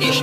Ich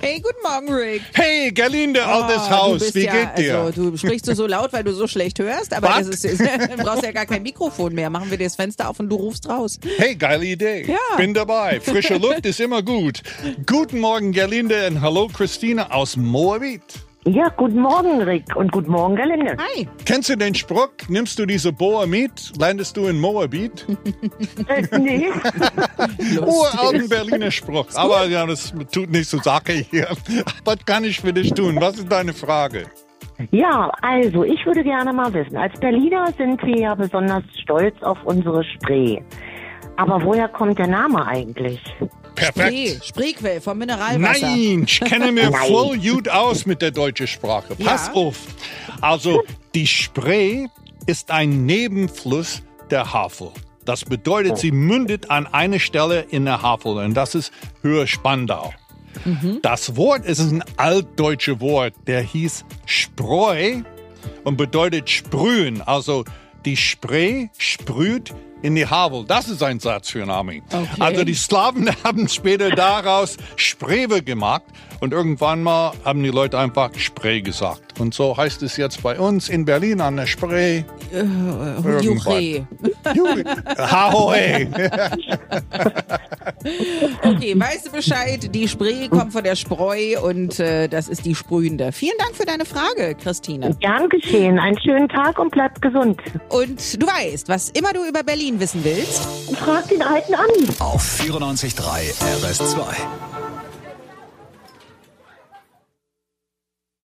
Hey, guten Morgen, Rick. Hey, Gerlinde, altes Ah, du Haus, bist wie ja, geht dir? Also, du sprichst so laut, weil du so schlecht hörst, aber Was? das ist, du brauchst ja gar kein Mikrofon mehr. Machen wir dir das Fenster auf und du rufst raus. hey, geile Idee. Ja. Bin dabei. Frische Luft ist immer gut. Guten Morgen, Gerlinde, und hallo, Christine aus Moabit. Ja, guten Morgen, Rick, und guten Morgen, Gelände. Hi. Kennst du den Spruch? Nimmst du diese Boa mit, landest du in Moabit? Äh, nee, Uralten Berliner Spruch. Aber ja, das tut nicht zur Sache hier. Was kann ich für dich tun? Was ist deine Frage? ja, also ich würde gerne mal wissen, als Berliner sind wir ja besonders stolz auf unsere Spree. Aber woher kommt der Name eigentlich? Spree, Spreequell vom Mineralwasser. Nein, ich kenne mir Nein. voll gut aus mit der deutschen Sprache. Pass Ja. auf. Also, die Spree ist ein Nebenfluss der Havel. Das bedeutet, sie mündet an eine Stelle in der Havel und das ist Höhe Spandau. Das Wort ist ein altdeutsches Wort, der hieß Spreu und bedeutet sprühen. Also die Spree sprüht in die Havel. Das ist ein Satz für einen Army. Okay. Also die Slawen haben später daraus Sprewe gemacht und irgendwann mal haben die Leute einfach Spree gesagt. Und so heißt es jetzt bei uns in Berlin an der Spree. Juche. Juri. Ahoy. Okay, weißt du Bescheid? Die Spree kommt von der Spreu und äh, das ist die Sprühende. Vielen Dank für deine Frage, Christine. Gern geschehen. Einen schönen Tag und bleibt gesund. Oh. Und du weißt, was immer du über Berlin wissen willst. Frag den alten Ami. Auf 94.3 RS2.